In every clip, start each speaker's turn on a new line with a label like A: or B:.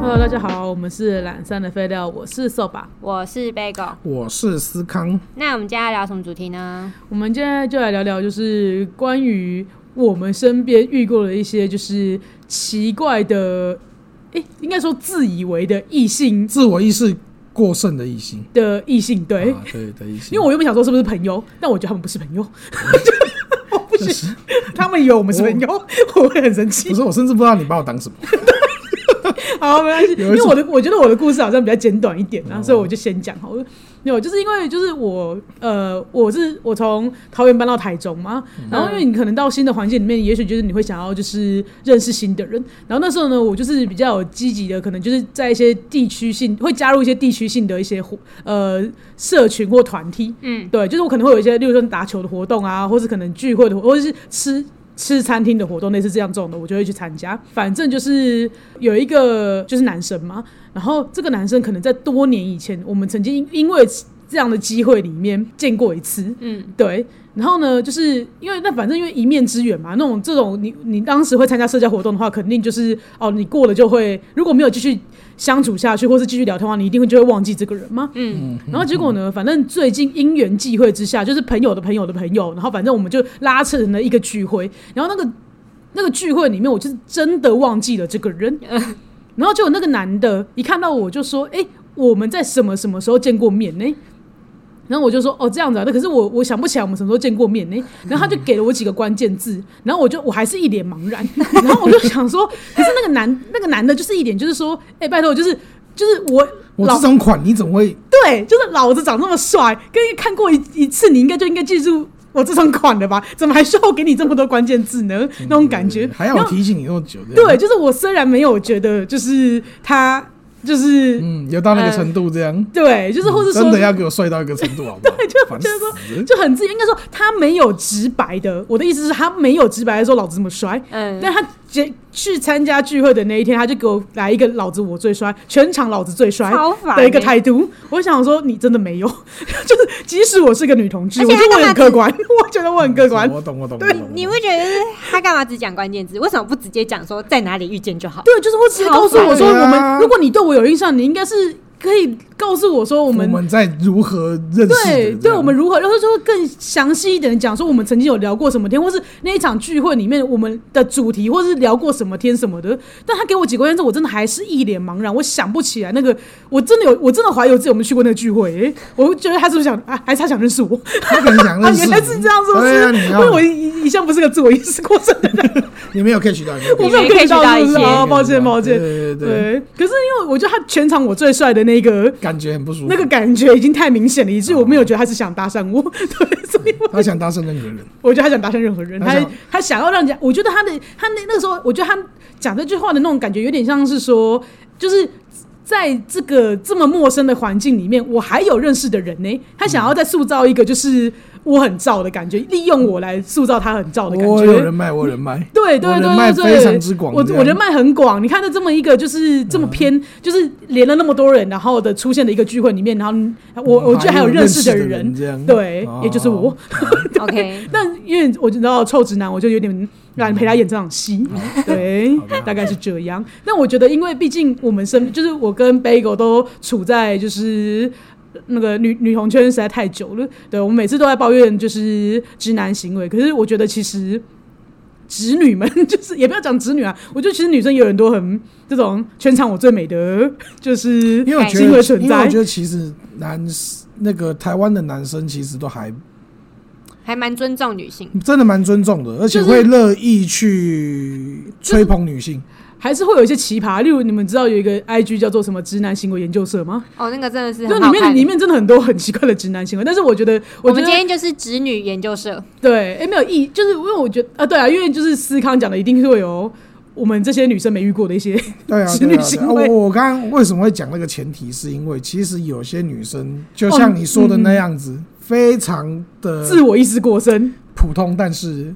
A: Hello，大家好，我们是懒散的废料，我是瘦吧。
B: 我是 Bagel。
C: 我是思康，
B: 那我们今天要聊什么主题呢？
A: 我们今天就来聊聊，就是关于我们身边遇过的一些就是奇怪的，诶、应该说自以为的异性
C: 自我意识过剩的异性，
A: 的异性，对，
C: 啊、对的异性，
A: 因为我原本想说是不是朋友，但我觉得他们不是朋友， 我不
C: 这
A: 行
C: 是，
A: 他们以为我们是朋友， 我会很生气
C: 不。是我甚至不知道你把我当什么，
A: 好，没关系，因
C: 有一
A: 为
C: 种哦
A: 我的我觉得我的故事好像比较简短一点啊，所以我就先讲好了。没有，就是因为就是我呃，我是我从桃园搬到台中嘛，
C: 嗯
A: 然后因为你可能到新的环境里面，也许就是你会想要就是认识新的人。然后那时候呢，我就是比较有积极的，可能就是在一些地区性会加入一些地区性的一些活呃社群或团体，
B: 嗯，
A: 对，就是我可能会有一些，例如说打球的活动啊，或是可能聚会的活，或者是吃吃餐厅的活动，类似这样这种的，我就会去参加。反正就是有一个就是男生嘛，然后这个男生可能在多年以前，我们曾经因为这样的机会里面见过一次，
B: 嗯，
A: 对。然后呢，就是因为那反正因为一面之缘嘛，那种这种你你当时会参加社交活动的话，肯定就是哦，你过了就会，如果没有继续相处下去，或是继续聊天的话，你一定会就会忘记这个人嘛。
B: 嗯，
A: 然后结果呢，反正最近因缘际会之下，就是朋友的朋友的朋友，然后反正我们就拉扯成了一个聚会，然后那个那个聚会里面，我就是真的忘记了这个人，然后就有那个男的一看到我就说：“哎、我们在什么什么时候见过面呢？”然后我就说哦这样子啊，那可是我我想不起来我们什么时候见过面呢。然后他就给了我几个关键字，然后我就我还是一脸茫然， 然后我就想说，可是那个男那个男的就是一脸就是说，哎、拜托，就是就是我
C: 我
A: 老
C: 这种款你怎么会？
A: 对，就是老子长这么帅，跟看过一一次，你应该就应该记住我这种款的吧？怎么还需要给你这么多关键字呢？那种感觉，
C: 还要
A: 然
C: 我
A: 后
C: 提醒你那么久的，
A: 对，，就是我虽然没有觉得，就是他，就是、
C: 嗯，有到那个程度这样，
A: 对，就是或是说
C: 真的要给我帅到一个程度，好不好？对，
A: 就
C: 烦
A: 就
C: 死
A: 是说
C: 了。
A: 就很自然，应该说他没有直白的，我的意思是，他没有直白的说老子这么帅，
B: 嗯
A: 但他结去参加聚会的那一天，他就给我来一个“老子我最帅”，全场老子最帅
B: 超烦
A: 的一个
B: 欸
A: 态度。我想说，你真的没有， 就是即使我是个女同志，
B: 而
A: 我
B: 且
A: 觉得
B: 他
A: 我
B: 干
A: 很
B: 嘛
A: 客观，我觉得我很客观。
C: 我懂，我懂，我
A: 对
C: 懂。
B: 你会觉得他干嘛只讲关键字？为什么不直接讲说在哪里遇见就 好？
A: 对，就是我直接告诉我说，
C: 超烦
A: 我们、
C: 啊
A: 如果你对我有印象，你应该是可以告诉我说我
C: 我
A: 们。
C: 们在如何认识的？
A: 对，
C: 这
A: 对
C: 样
A: 我们如何，然后就更详细一点地讲说，我们曾经有聊过什么天，或是那一场聚会里面我们的主题，或是聊过什么天什么的。但他给我几个关键字，我真的还是一脸茫然，我想不起来那个，我真的有，我真的怀疑我自己有没有去过那个聚会、欸我觉得他是不是想，啊、还是他想认识我？
C: 他可能想
A: 啊，
C: 认识
A: 原
C: 你，
A: 来是这样，是不是？
C: 对啊，你
A: 因 为我
C: 要
A: 一一向不是个自我意识过剩的人，
C: 你没有 catch 到，你没有
A: 我
C: catch
A: 没有
B: 你没
A: get 到
B: catch 到
A: 是不是
B: 一些
A: 啊，抱歉，抱歉。
C: 对对对对，
A: 对，可是因为我觉得他全场我最帅的那个。
C: 感觉很不舒服。
A: 那个感觉已经太明显了，以至于我没有觉得他是想搭讪我， 对，所以我
C: 他想搭讪任何人，
A: 我觉得他想搭讪任何人，
C: 他
A: 他
C: 想
A: 他想要让人家，我觉得他的他那那个时候，我觉得他讲这句话的那种感觉，有点像是说，就是在这个这么陌生的环境里面，我还有认识的人呢、他想要再塑造一个就是我很燥的感觉，利用我来塑造他很燥的感
C: 我有人
A: 觉。
C: 脉，我有人脉，
A: 对对
C: 我
A: 对
C: 哦人脉
A: 对对，
C: 非常之广
A: 我
C: 这样嗯
A: 我人脉很广。你看，在这么一个就是这么偏，就是连了那么多人，然后的出现的一个聚会里面，然后我
C: 嗯
A: 我居然还有认识的人，
C: 这样，哦
A: 对，也就是我。
B: ，OK，
A: 但因为我知道臭直男，我就有点懒陪他演这场戏，对
C: 哦好的，
A: 大概是这样。但我觉得，因为毕竟我们身，就是我跟 Bagel 都处在就是。那个女女同圈实在太久了，对我们每次都在抱怨就是直男行为，可是我觉得其实直女们就是也不要讲直女啊，我觉得其实女生有很多很这种全场我最美的 就是
C: 因为我觉
A: 行为
C: 得，
A: 哎存
C: 因为我
A: 在
C: 觉，得其实男那个台湾的男生其实都还
B: 还蛮尊重女性。
C: 真的蛮尊重的，而且
A: 就是
C: 会乐意去吹捧女性。
A: 还是会有一些奇葩，例如你们知道有一个 IG 叫做什么直男行为研究社吗？
B: 哦，那个真的是
A: 就
B: 很
A: 里
B: 好看
A: 面里。面真的很多很奇怪的直男行为，但是我觉得，
B: 我
A: 觉
B: 们
A: 得
B: 今天就是直女研究社，
A: 对，哎、没有意，就是因为我觉得啊，对啊，因为就是思康讲的，一定是会有我们这些女生没遇过的一些，
C: 对 啊，
A: 直
C: 对
A: 女
C: 啊
A: 行
C: 对啊
A: 为
C: 我我刚刚为什么会讲那个前提，是因为其实有些女生就像你说的那样子，非常的
A: 哦嗯自我意识过深，
C: 普通，但是嗯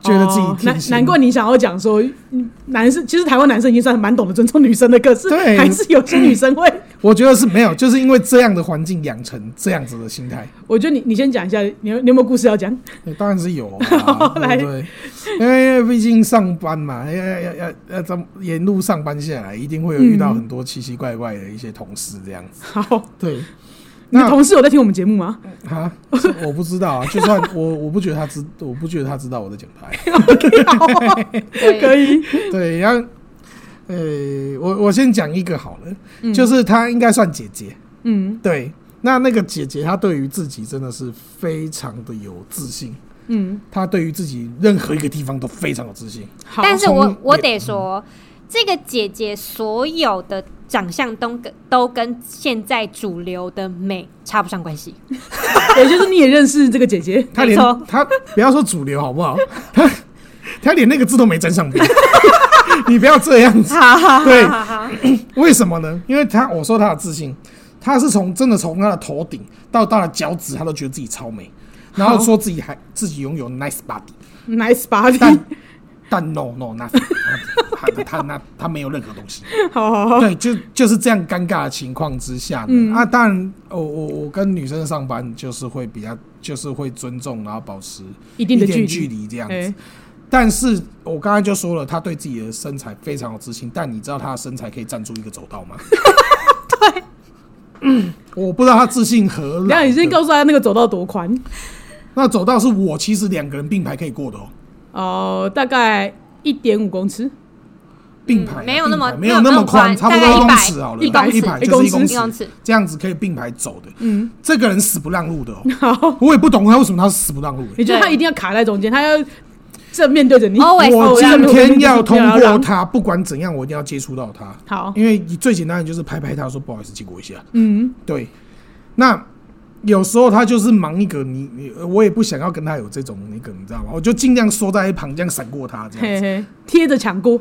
C: 觉得自己
A: 哦
C: 贴
A: 难
C: 心
A: 难怪你想要讲说嗯男生，其实台湾男生已经算蛮懂得尊重女生的，可是
C: 对
A: 还是有些女生会
C: 我觉得是没有，就是因为这样的环境养成这样子的心态，
A: 我觉得你你先讲一下，你有你有没有故事要讲？，
C: 欸当然是有啊对不对？因为因为毕竟上班嘛，要要要要要这么沿路上班下来，一定会有遇到
A: 嗯
C: 很多奇奇怪怪的一些同事这样子。
A: 好，
C: 对，
A: 你的
C: 那
A: 同事有在听我们节目吗？
C: 啊，这我不知道啊，就算我我不觉得他知，我不觉得他知道我在讲他。
A: 可
B: 对，
A: 以，
C: 对，然后，呃，我我先讲一个好了，
A: 嗯
C: 就是她应该算姐姐。
A: 嗯
C: 对，那那个姐姐她对于自己真的是非常的有自信，
A: 嗯，
C: 她对于自己任何一个地方都非常有自信。
A: 好，
B: 但是
C: 从
B: 我我
C: 脸
B: 得说，这个姐姐所有的长相都跟都跟现在主流的美插不上关系。
A: 也就是你也认识这个姐姐，
C: 她连
B: 没错
C: 她不要说主流好不 好，她她连那个字都没沾上边。 你不要这样子，
B: 好好
C: 对
B: 好好，
C: 为什么呢？因为她我说她的自信，她是从真的从她的头顶到她的脚趾，她都觉得自己超美，然后
A: 好
C: 说自己还自己拥有 nice body。
A: nice body，
C: 但但 no no nothing，他他他那他没有任何东西。
A: 好好好，
C: 对，就就是这样尴尬的情况之下呢，
A: 哦嗯
C: 啊，当然，我我我跟女生上班就是会比较，就是会尊重，然后保持
A: 一定
C: 一
A: 的
C: 点
A: 距
C: 距
A: 离，
C: 离这样子。
A: 哎，
C: 但是我刚才就说了，她对自己的身材非常有自信，但你知道她的身材可以站住一个走 道吗？对。我不知道她自信何
A: 然后
C: 来
A: 你先
C: 的。
A: 告诉他那个走道多宽，
C: 那走道是我其实两个人并排可以过的哦，
A: 哦，大概一点五公尺，
C: 并排啊、
B: 嗯没有那么
C: 并排没有
B: 没有
C: 那
B: 那
C: 么
B: 么宽
C: 宽，差不
B: 大概
C: 多
B: 一
C: 公
B: 百
C: 尺好了，
B: 一
C: 大
B: 公
C: 概
B: 尺
C: 一排
A: 一
C: 就是一
A: 公
C: 公
B: 一公
C: 尺，
B: 尺，
C: 这样子可以并排走的。
A: 嗯，
C: 这个人死不让路的哦，
A: 好，
C: 我也不懂他为什么他是死不让路 的。
A: 你觉得他
B: 对
A: 一定要卡在中间，他要正面对着你，
B: Always
A: 哦
C: 我
A: 要
C: 今
A: 路
C: 天要通
A: 要
C: 过
A: 让
C: 他，嗯不管怎样，我一定要接触到他，
A: 好，
C: 因为最简单的就是拍拍他说不好意思，借我一下。
A: 嗯，
C: 对，那有时候他就是忙一个，你你呃我也不想要跟他有这种那个，你知道吗？我就尽量缩在一旁，这样闪过他这
A: 嘿。
C: 样子
A: 嘿，贴着墙过，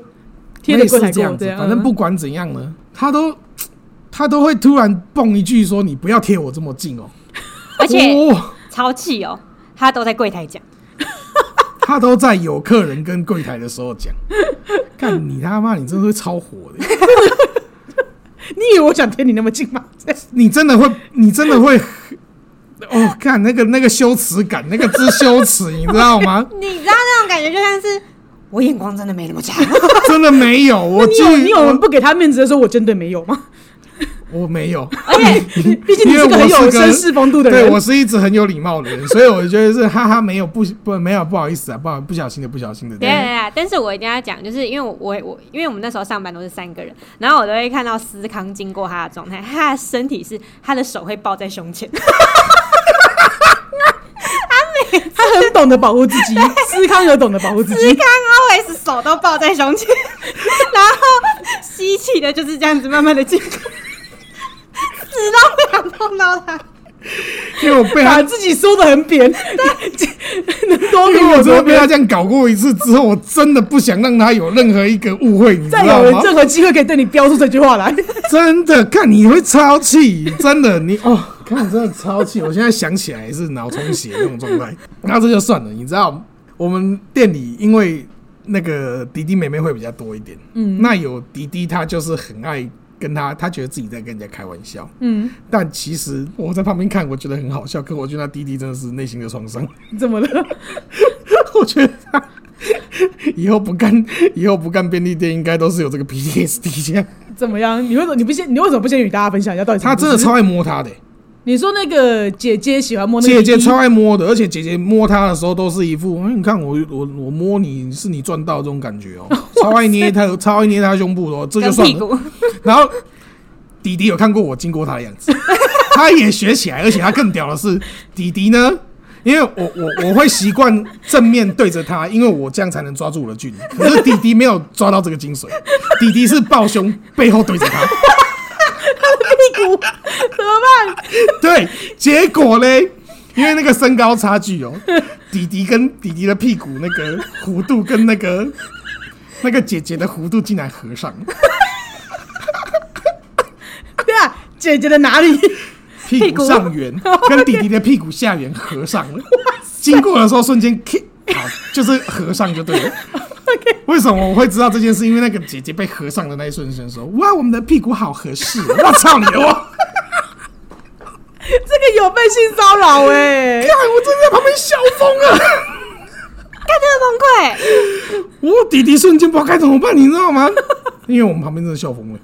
A: 贴着
C: 类
A: 柜
C: 似
A: 台
C: 这样
A: 过，
C: 子
A: 这，样，
C: 反正
A: 嗯
C: 不管怎样呢，他都他都会突然蹦一句说：“你不要贴我这么近哦。”
B: 而且
C: 哦、
B: 超气哦，她都在柜台讲，
C: 他都在有客人跟柜台的时候讲：“看你他妈，你真的会超火的，
A: 你以为我想贴你那么近吗？
C: 你真的会，你真的会。”哦，看那个那个羞耻感，那个之 羞耻，你知道吗？
B: 你知道那种感觉就像是我眼光真的没那么 差。
C: 真的 没有， 我
A: 你
C: 就
A: 有你有不给他面子的时候，我真的没有吗？
C: 我没有，
A: 啊
B: 而且
A: 毕竟你是
C: 嗯因为
A: 个
C: 我
A: 很有
C: 是个
A: 绅士风度的人。
C: 对我是一直很有礼貌的人，所以我觉得是哈哈，没有不不没有不好意思啊，不好不小心的不小心的，
B: 对对对，但是我一定要讲，就是因为我我我，因为我们那时候上班都是三个人，然后我都会看到思康经过他的状态，他的身体是他的手会抱在胸 前，
A: 他很懂得保护自己， 思康有懂得保护自
B: 思
A: 己。
B: 康哦 always 手都抱在胸前， 然后吸气的就是这样子慢慢的进，直到不想碰到他，
C: 因为我被他
A: 把自己缩得很扁， 能多
C: 啊因
A: 扁
C: 为我
A: 有
C: 真
A: 多
C: 的被他
A: 扁？
C: 这样搞过一次之后，我真的不想让他有任何一个误会，你知
A: 再
C: 道
A: 有
C: 吗
A: 人？任何机会可以对你飙出这句话来，
C: 真的，看你会超气，真的，你哦，看真的超气。我现在想起来也是脑充血那种状态。 那这就算了，你知道我们店里因为那个弟弟妹妹会比较多一点，嗯，那有弟弟他就是很爱跟他，他觉得自己在跟人家开玩笑，
A: 嗯，
C: 但其实我在旁边看，我觉得很好笑，可我觉得那弟弟真的是内心的创伤。
A: 怎么了？
C: 我觉得他以后不干，以后不干便利店，应该都是有这个 PTSD 这样。
A: 怎么样？你为什么你不先？你为什么不先与大家分享一下到底？
C: 他真的，超爱摸他的、欸
A: 你说那个姐姐喜欢摸那个
C: 姐姐
A: 弟弟
C: 超爱摸的，而且姐姐摸他的时候都是一副，哎，你看我我我摸你是你赚到这种感觉哦、超爱捏他，超爱捏他胸部的、哦，这就
B: 跟
C: 算
B: 屁
C: 了。
B: 股，
C: 然后迪迪有看过我经过他的样子，他也学起来，而且他更屌的是，迪迪呢，因为我我我会习惯正面对着他，因为我这样才能抓住我的距离。可是迪迪没有抓到这个精髓，迪迪是抱胸背后对着他，
A: 屁股 怎么办？
C: 对，结果嘞。因为那个身高差距 哦，迪迪跟迪迪的屁股那个弧度跟那个那个姐姐的弧度竟然合上，
A: 对啊，姐姐的哪里？
C: 屁股 上缘跟弟弟的屁股下缘 合上了，经过的时候瞬间 kick，好，就是合上就对了。为什么我会知道这件事？因为那个姐姐被合上的那一瞬间说：“哇，我们的屁股好合适哦！”我操你！ 我
A: 这个有被性骚扰哎、
C: 看，我真的在旁边笑疯了。
B: 干真的崩溃。
C: 我弟弟瞬间不知道该怎么办，你知 道吗？因为我们旁边真的笑疯了。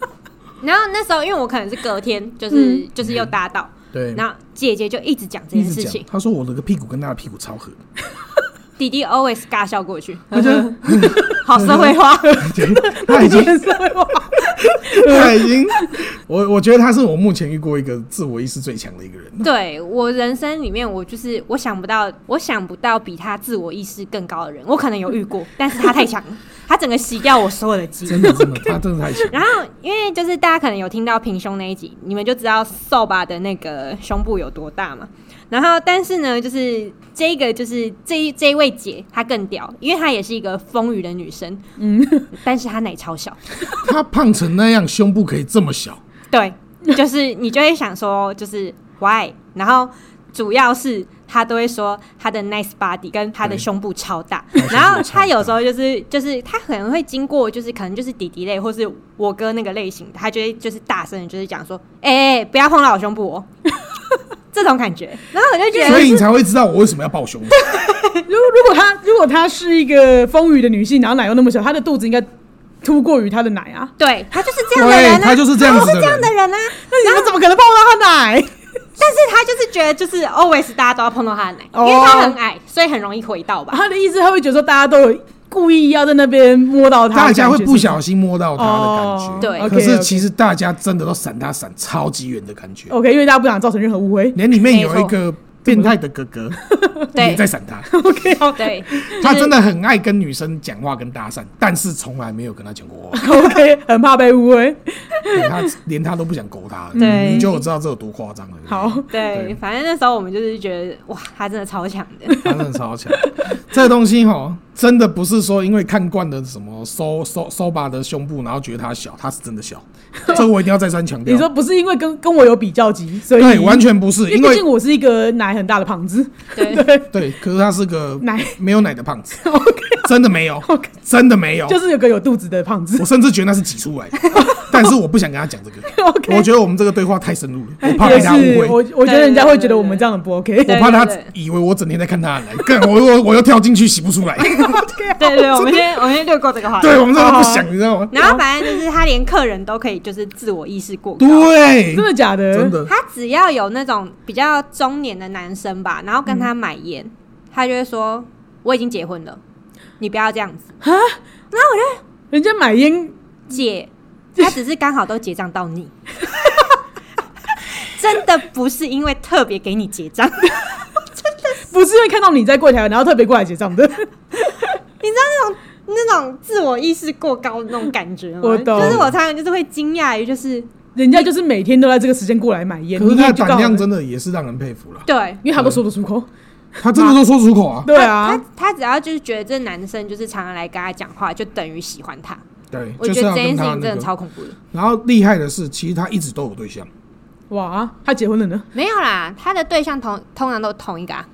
B: 然后那时候因为我可能是隔天，就是、就是又搭到，
C: 对，
B: 然后姐姐就一直讲这
C: 一
B: 件
C: 直
B: 事
C: 讲
B: 情，，
C: 他说我的个屁股跟他的屁股超 合，
B: 弟弟 always 尬笑过去，
C: 他就
B: 好社会化。
C: 他已经
A: 天色哇，
C: 他已经，我我觉得他是我目前遇过一个自我意识最强的一个人。
B: 对我人生里面，我就是我想不到，我想不到比他自我意识更高的人，我可能有遇过，但是他太 强了，他整个洗掉我所有的记忆。
C: 真 的真的，他真的太强。
B: 然后，因为就是大家可能有听到平胸那一集，你们就知道瘦吧的那个胸部有多大嘛。然后，但是呢，就是这个就是这一这一位姐她更屌，因为她也是一个丰腴的女生，嗯，但是她奶超小，
C: 他胖成那样，胸部可以这么小，
B: 对，就是你就会想说，就是 why？然后主要是他都会说他的 nice body 跟他的
C: 对
B: 胸部超大
C: 他的，胸部
B: 然后
C: 超大
B: 他有时候就是就是他可能会经过，就是可能就是弟弟类或是我哥那个类型的，他就会就是大声地就是讲说，哎、哎哎不要碰到我胸部哦， 这种感觉。然后我就觉
C: 所以
B: 得
C: 你才会知道我为什么 要抱胸。
A: 如如果她如果她是一个丰腴的女性，然后奶又那么小，她的肚子应该凸过于她的奶啊，
B: 对他就是这样的人啊，
C: 对他就是这样子的
B: 他就是
C: 人
B: 这样的人啊。
A: 那你们怎么可能碰到她 奶？
B: 但是他就是觉得就是 always 大家都要碰到他的奶，因
A: 哦
B: 为他很矮，所以很容易回到 吧。
A: 她的意思，她会觉得说大家都有故意要在那边摸到她，
C: 大家会不小心摸到他的
A: 哦
C: 感觉，
B: 对哦
C: 可
A: OK，OK
C: 是其实大家真的都闪他闪超级远的感觉，
A: OK，因为大家不想造成任何误会。
C: 连里面有一个变态的哥哥
B: 对
C: 也在闪他，
A: OK，好
B: 对，
C: 他真的很爱跟女生讲话跟搭讪，但是从来没有跟他 讲过话，
A: ，OK，很怕被误会。
C: 连他连他都不想勾他，
B: 对
C: 你就有知道这有多夸张了。
A: 好，
B: 对，
C: 对
B: 反正那时候我们就是觉得，哇，他真的超强的。
C: 他真的超强。这东西哈，真的不是说因为看惯了什么收收收把的胸部，然后觉得它小，它是真的小。这我一定要再三强调。
A: 你说不是因为跟跟我有比较级，所以
C: 对，完全不是，
A: 因
C: 因
A: 为毕
C: 为
A: 竟我是一个奶很大的胖子，
B: 对，
A: 对
C: 对，可是他是个
A: 奶
C: 没有奶的胖子，
A: ，OK，
C: 真的没有
A: OK，
C: 真的没有。
A: 就是有个有肚子的胖子
C: 我甚至觉得那是挤出 来的，但是我不想跟他讲这个。
A: ，OK，
C: 我觉得我们这个对话太深入了，我怕
A: 也
C: 被他误
A: 是，
C: 会，
A: 我
C: 我
A: 我觉得人家会觉得我们这样很不 OK。
B: 对
C: 怕他
B: 对对
C: 以为我整天在看他的奶， 更我又我又跳进去洗不 出来。啊
A: OK，
B: 对对，我们先我们先略过这个话题。
C: 对，我们真的不
A: 好
C: 想，你知道吗？
B: 然后反正就是他连客人都可以就是自我意识过高。
C: 对
A: 真，的假的？
C: 真。的。
B: 他只要有那种比较中年的男生吧，然后跟
C: 嗯
B: 他买烟，他就会说我已经结婚了，你不要这样子，
A: 人家买烟，
B: 姐，他只是刚好都结账到你。 真的不是因为特别给你结账，
A: 不是因为看到你在柜台，然后特别过来结账 的。
B: 你知道那种那种自我意识过高的那种感觉吗？
A: 我懂
B: 就是我常常就是会惊讶于，就是
A: 人家就是每天都在这个时间过来买烟，
C: 可是
A: 你
C: 他
A: 也
C: 的
A: 就告
C: 胆
A: 了
C: 量，真的也是让人佩服了，
B: 对。
A: 因为他都说得出口。
C: 他真的都说出口啊。
A: 对
B: 他
A: 啊，
B: 他只要就是觉得这男生就是常常来跟他讲话，就等于喜欢他。
C: 对，
B: 我
C: 就
B: 觉
C: 是
B: 得
C: 要
B: 这件事
C: 跟他
B: 情真的
C: 那个。
B: 超恐怖的。
C: 然后厉害的是，其实他一直都有对象。
A: 哇，他结婚了呢。
B: 没有啦，他的对象同通常都同一个、啊，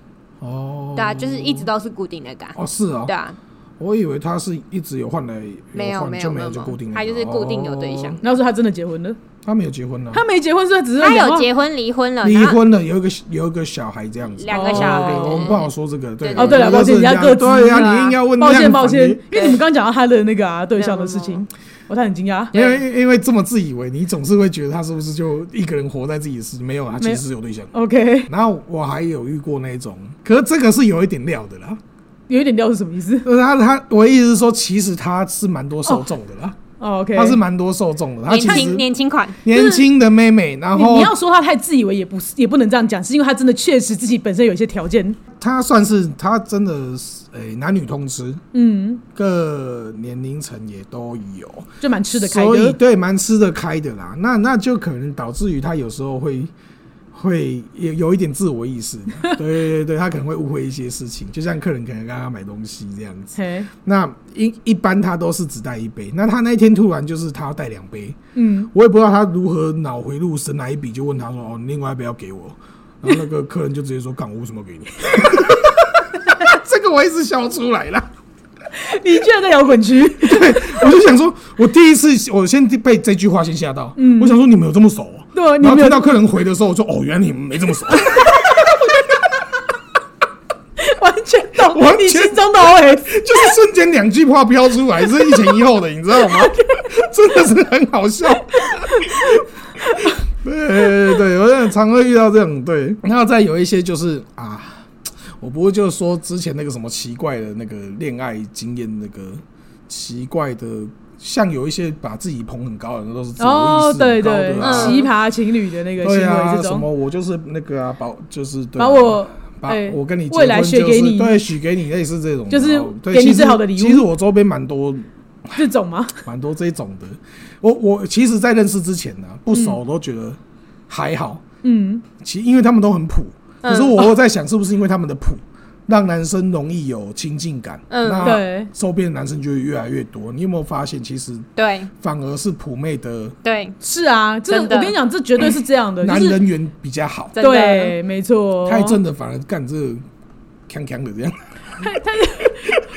C: 哦
B: 对啊，就是一直都是固定那个、啊，
C: 哦，是啊
B: 对，啊，
C: 我以为他是一直有换来，
B: 没有
C: 换
B: 没有
C: 就
B: 没
C: 没
B: 有
C: 有就固定了，
B: 他就是固定有对象
C: 哦
A: 然后说他真的结婚了，
C: 他没有结婚呢，啊
A: 他没结婚，所以只是在
B: 他
A: 讲话
B: 有结婚离婚了，
C: 离
B: 然后
C: 婚了，有一个有一个小孩这样子。
B: 啊两个小孩，
C: 哦我们不好说这个，对
B: 哦
A: 对了
C: 这个
A: 抱歉
C: 是
A: 人家各自
C: 对
A: 那
C: 呀，
A: 个
C: 你硬要问，
A: 抱
C: 这
A: 歉
C: 样
A: 抱
C: 反
A: 歉
C: 应，
A: 因为你们刚刚讲到他的那个啊对象的事
B: 没有
A: 情，我才很惊 讶。
C: 没有，因为因为这么自以为，你总是会觉得他是不是就一个人活在自己的世界？没有，啊他其实是有对象。
A: 哦 OK，
C: 然后我还有遇过那种，可是这个是有一点料的啦。
A: 有一点料是什么意思
C: 呃，他他，我的意思是说，其实他是蛮多受众的啦，
A: 哦？OK，
C: 他是蛮多受众的。他
B: 年
C: 其
B: 轻
C: 实
B: 年轻款，
C: 年轻的妹妹，然
A: 你
C: 后
A: 你要说他太自以为也不是，也不能这样讲，是因为他真的确实自己本身有一些条件。
C: 她算是她真的是，诶、男女通吃，
A: 嗯，
C: 各年龄层也都有，
A: 就蛮吃得开
C: 所以
A: 的。
C: 对蛮吃得开的啦。那那就可能导致于她有时候会。会有有一点自我意识， 对对对，她可能会误会一些事情，就像客人可能让她买东西这样子。
A: 嘿，
C: 那一一般她都是只带一杯，那她那一天突然就是她要带两杯，
A: 嗯，
C: 我也不知道他如何脑回路神来一笔，就问他说：“哦，你另外一杯要给我。”然后那个 客人就直接说：“干，我为什么要给你？”这个我一直笑出来了。
A: 你居然在摇滚区，
C: 我就想说，我第一次我先被这句话先吓到，我想说你们有这么熟哦、
A: 嗯对啊你
C: 然后
A: 没有
C: 听到客人回的时候，我说哦，原来你们没这么熟，
A: 完全懂
C: 完全
A: 你心中的 OS。
C: 就是瞬间两句话飙出来，是一前一后的，你知道吗？ 真的是很好笑。 对对对，我很常会遇到这种对，然后再有一些就是啊，我不会就是说之前那个什么奇怪的那个恋爱经验，那个奇怪的，像有一些把自己捧很高的，那都是自我
A: 哦
C: 意，识
A: 对
C: 很高
A: 对嗯
C: 的，啊
A: 奇葩情侣的那个行
C: 对啊，
A: 为这
C: 什么
A: 种，
C: 我就是那个啊，把就是对啊
A: 把我
C: 把、
A: 哎
C: 我跟你结
A: 未来
C: 婚
A: 许
C: 就
A: 给
C: 是
A: 你
C: 对，许给你类似这种的，
A: 就是
C: 哦对
A: 给你
C: 其实
A: 最好的礼物
C: 其实我周边蛮多
A: 这种吗？
C: 蛮多这种的，我我其实，在认识之前呢、不熟我都觉得还好，
A: 嗯，
C: 其因为他们都很普，
B: 嗯
C: 可是我在想，是不是因为他们的普，让男生容易有亲近感，
B: 嗯
C: 那
A: 对，
C: 周边的男生就会越来越多。你有没有发现，其实
B: 对
C: 反而是普妹的
B: 对，
A: 是啊，这
B: 真的
A: 我跟你讲，这绝对是这样的，就
C: 男
A: 是
C: 人缘比较好？
B: 真的
A: 对，没错，
C: 太正的反而干这锵锵的这样，
A: 太太，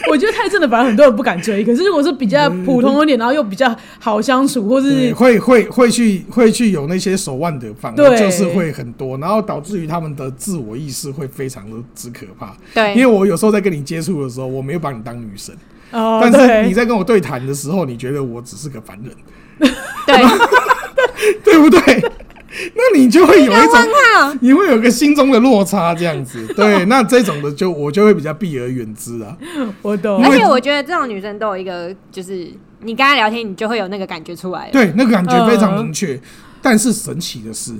A: 我觉得太正的反而很多人不敢追。可是如果是比较普通一点，然后又比较好相处，或
C: 嗯对，
A: 是
C: 会会会去会去有那些手腕的，反而
A: 对
C: 就是会很多，然后导致于他们的自我意识会非常的之可怕。
B: 对，
A: 哎
C: 因为我有时候在跟你接触的时候，我没有把你当女神，
A: 哦，
C: 但是
A: 对
C: 你在跟我对谈的时候，你觉得我只是个凡人，
B: 对，
C: 对不对？那你 就会有一种，
B: 问号，
C: 你会有个心中的落差这样子。对，那这种的就我就会比较避而远之啊。
A: 我懂哎
C: 因
B: 而
C: 为
B: 且我觉得这种女生都有一个，就是你跟她聊天，你就会有那个感觉出来了。
C: 对，啊那个感觉非常
A: 嗯
C: 明确。但是神奇的是，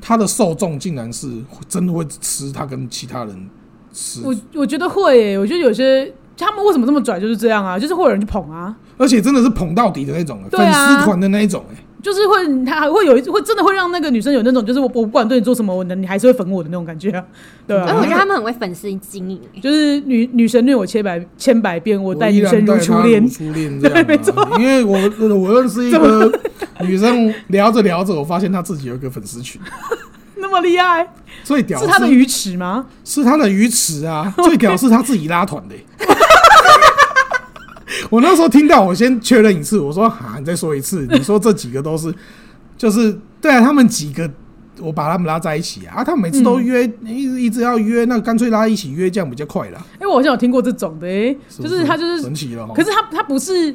C: 他的受众竟然是会真的会吃他跟其他人吃，
A: 我我觉得会耶、我觉得有些他们为什么这么拽，就是这样啊，就是会有人去捧啊，
C: 而且真的是捧到底的那种、欸
A: 对啊
C: 粉丝团的那一种、哎，
A: 就是会他还会有一会真的会让那个女生有那种，就是我我不管对你做什么，我能你还是会粉我的那种感觉啊，对
B: 而且
A: 啊
B: 我。觉得他们很会粉丝经营、欸
A: 就是女女神虐我千百千百遍，我待
C: 依
A: 女
C: 然
A: 生如
C: 待
A: 初
C: 她
A: 恋
C: 如。初恋这样、啊，
A: 对没错
C: 因为我我 认识一个女生，聊着聊着，我发现她自己有一个粉丝群，
A: 那么厉害，
C: 最屌
A: 是她的
C: 是
A: 鱼池吗？
C: 是她的鱼池啊， 最屌是她自己拉团的、 哎我那时候听到，我先确认一次，我说：“哈，你再说一次，你说这几个都是， 就是对啊，他们几个，我把他们拉在一起啊，啊他们每次都约，
A: 嗯
C: 一直一直要约，那干脆拉一起约，这样比较快啦。
A: 哎、我好像有听过这种的、欸，
C: 是
A: 就
C: 不
A: 是她就是
C: 神奇了哈。
A: 哦可是她她不是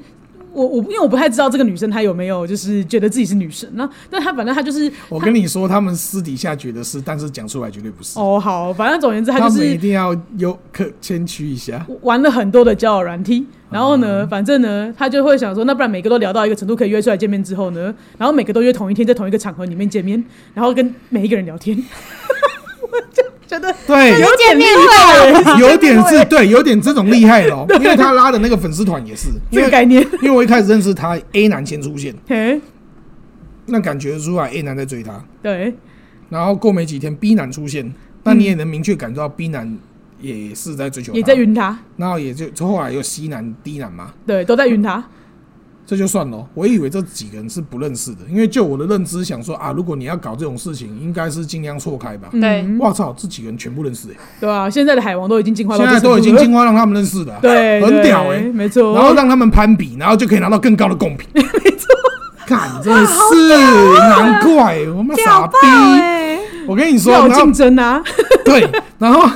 A: 我我因为我不太知道这个女生她有没有就是觉得自己是女神，啊那但她反正她就是
C: 我跟你说，他们私底下觉得是，但是讲出来绝对不是。
A: 哦好，反正总而言之她
C: 他
A: 就
C: 们一
A: 是
C: 定要有可谦虚 一下。
A: 玩了很多的交友软体，然后呢，
C: 嗯
A: 反正呢她就会想说，那不然每个都聊到一个程度可以约出来见面之后呢，然后每个都约同一天在同一个场合里面见面，然后跟每一个人聊天， 我就觉得
C: 对，
B: 就
C: 哎有
B: 是见面会 啊
C: 有点是，对，有点这种厉害咯，因为他拉的那个粉丝团也是，
A: 这
C: 因
A: 个
C: 为
A: 概念，
C: 因为我一开始认识他，A 男先出现，
A: 嘿，
C: 那感觉出来 A 男在追他，
A: 对，
C: 然后过没几天 B 男出现，那你也能明确感觉到 B 男也是在追求，
A: 嗯也在，晕她，
C: 然后也就后来有 C 男、D 男嘛，
A: 对，都在晕她，
C: 这就算了，我以为这几个人是不认识的，因为就我的认知想说啊，如果你要搞这种事情，应该是尽量错开吧。
B: 对
A: 嗯
C: 我操，这几个人全部认识、欸，
A: 对啊，现在的海王都已经进化到
C: 现
A: 这
C: 在
A: 程度了，
C: 都 已经进化让他们认识 了、
A: 对，
C: 很
A: 对
C: 屌哎、
A: 没错。
C: 然后让他们攀比，然后就可以拿到更高的贡 品，没错。看，真的是难怪我们傻
B: 屌
C: 逼
B: 爆！哎、
C: 我跟你说，
A: 欸要有
C: 然后
A: 竞争啊，
C: 对，然后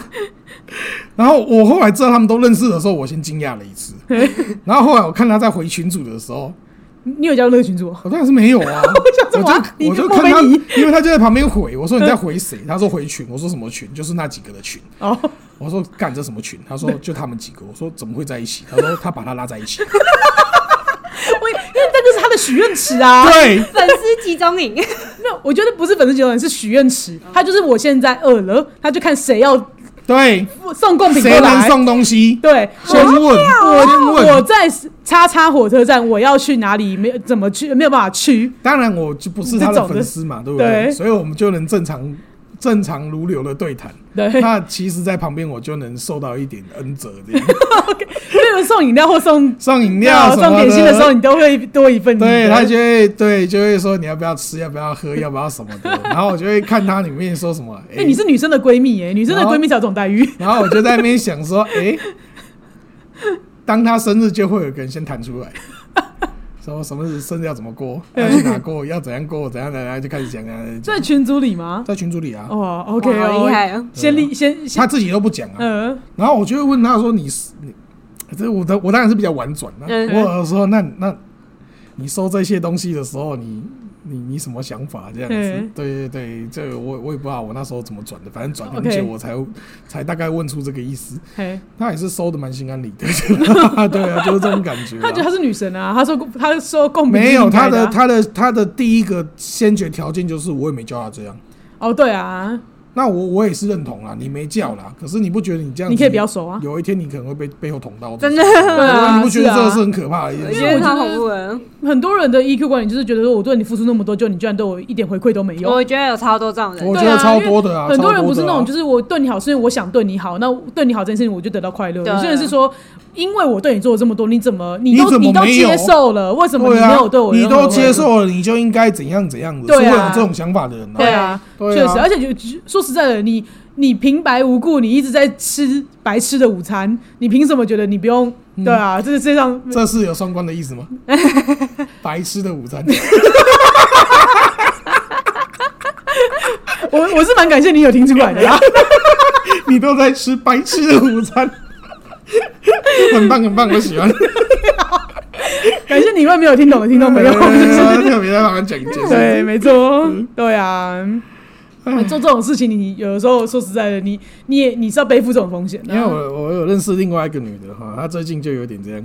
C: 然后我后来知道他们都认识的时候，我先惊讶了 一次，然后后来我看他在回群主的时候，
A: 你有加入那个群 组？哦
C: 我当然是没有啊，
A: 我想说哇
C: 我就
A: 你
C: 我就
A: 莫
C: 看
A: 非
C: 他
A: 你，
C: 因为他就在旁边回，我说你在回谁？他说回群，我说什么群？就是那几个的群。
A: 哦，
C: 我说干这什么群？他说就他们几个。我说怎么会在一起？他说他把他拉在 一起。
A: 我因为这个是他的许愿池啊。
C: 对，
B: 粉丝集中营，
A: 那我觉得不是粉丝集团，是许愿池。他就是我现在饿了，他就看谁要
C: 对，
A: 送贡品
C: 谁
A: 过
C: 能
A: 来。
C: 送东西？
A: 对，
C: 先问，先
A: 我我
C: 问。
A: 在叉叉火车站，我要去哪里？没有怎么去，没有办法去。
C: 当然，我就不是他
A: 这
C: 的
A: 种的
C: 粉丝嘛，对不对？
A: 对
C: 所以我们就能正常、正常如流的 对谈。
A: 对，
C: 那其实，在旁边我就能受到一点恩泽，这样
A: 例如送饮料或送啊
C: 送饮料、什
A: 送
C: 么
A: 点心的时候，
C: 的。
A: 你都会多一份礼的。
C: 对他就会对就会说你要不要吃，要不要喝，要不要什么的，然后我就会看他里面说什么。
A: 哎，你是女生的闺蜜哎，女生的
C: 然后
A: 闺蜜才有这种待遇。
C: 然后我就在那边想说，哎、当他生日就会有一个人先弹出来，什么什么日生日要怎么过，要去哪过，要怎样过，怎样怎样就开始讲啊，讲
A: 在群组里吗？
C: 在群组里啊，
A: 哇，OK，
B: 哇好
A: 哦
B: 厉害哦！
A: 先立先
C: 嗯他
A: 先，
C: 自己都不讲啊，
A: 呃，
C: 然后我就会问他说：“你是你，这我的我当然是比较婉转的、
B: 嗯
C: 我有说：“那那，你收这些东西的时候，你你你什么想法？这样子？”
A: 嗯
C: 对对对，这我我也不知道我那时候怎么转的，反正转很
A: OK
C: 久，我才才大概问出这个意思。
A: 嘿，
C: 他也是收的蛮心安理得的， 对啊，就是这种感觉啊、
A: 他觉得她是女神啊，他说他说共鸣
C: 没
A: 是
C: 有
A: 应
C: 他
A: 该
C: 的
A: 的啊，
C: 他的他的第一个先决条件就是我也没叫他这样。
A: 哦，对啊，
C: 那我我也是认同啦，你没叫啦，可是你不觉得你这样子，
A: 你可以不要熟啊，
C: 有一天你可能会被背后捅刀子，
B: 真 的
C: 对啊，你不觉得
A: 是啊
C: 这是很可怕的一
B: 我
C: 件
B: 觉
C: 事？
B: 得超恐怖的。
A: 很多人的 E EQ 管理就是觉得说我对你付出那么多，就你居然对我一点回馈都没有。
B: 我觉得有超多这种人
C: 我，
A: 对
C: 觉
A: 啊
C: 得超多的啊，
A: 很多人不是
C: 超
A: 那
C: 多的啊
A: 种，就是我对你好是因为我想对你好，那对你好这件事情我就得到快乐。
B: 对啊
A: 有些人是说，因为我对你做了这么多，你怎么你
C: 你
A: 都
C: 怎么
A: 你都
C: 没有
A: 接受了，为什么你
C: 对啊
A: 没有对我
C: 你
A: 任何回馈？
C: 都接受了，你就应该怎样怎样的，
A: 对啊
C: 是会有这种想法的人啊
A: 对，啊，
C: 对
A: 确
C: 啊
A: 实，而且就说实在的，你你平白无故你一直在吃白吃的午餐，你凭什么觉得你不用？
C: 嗯
A: 对啊，这是世界上
C: 这是有双关的 意思吗？白痴的午餐，
A: 我我是蛮感谢你有听出来的啊 啦。
C: 你都在吃白痴的午餐， 很棒很棒，我喜欢。
A: 感谢你 外没有听懂的听众朋友。
C: 呃特别在旁边讲一件事，
A: 对，没错，对啊。
C: 嗯
A: 做这种事情，你有的时候说实在的，你你也你是要背负这种风险的啊
C: 因为我我有认识另外一个女的哈，她最近就有点这样，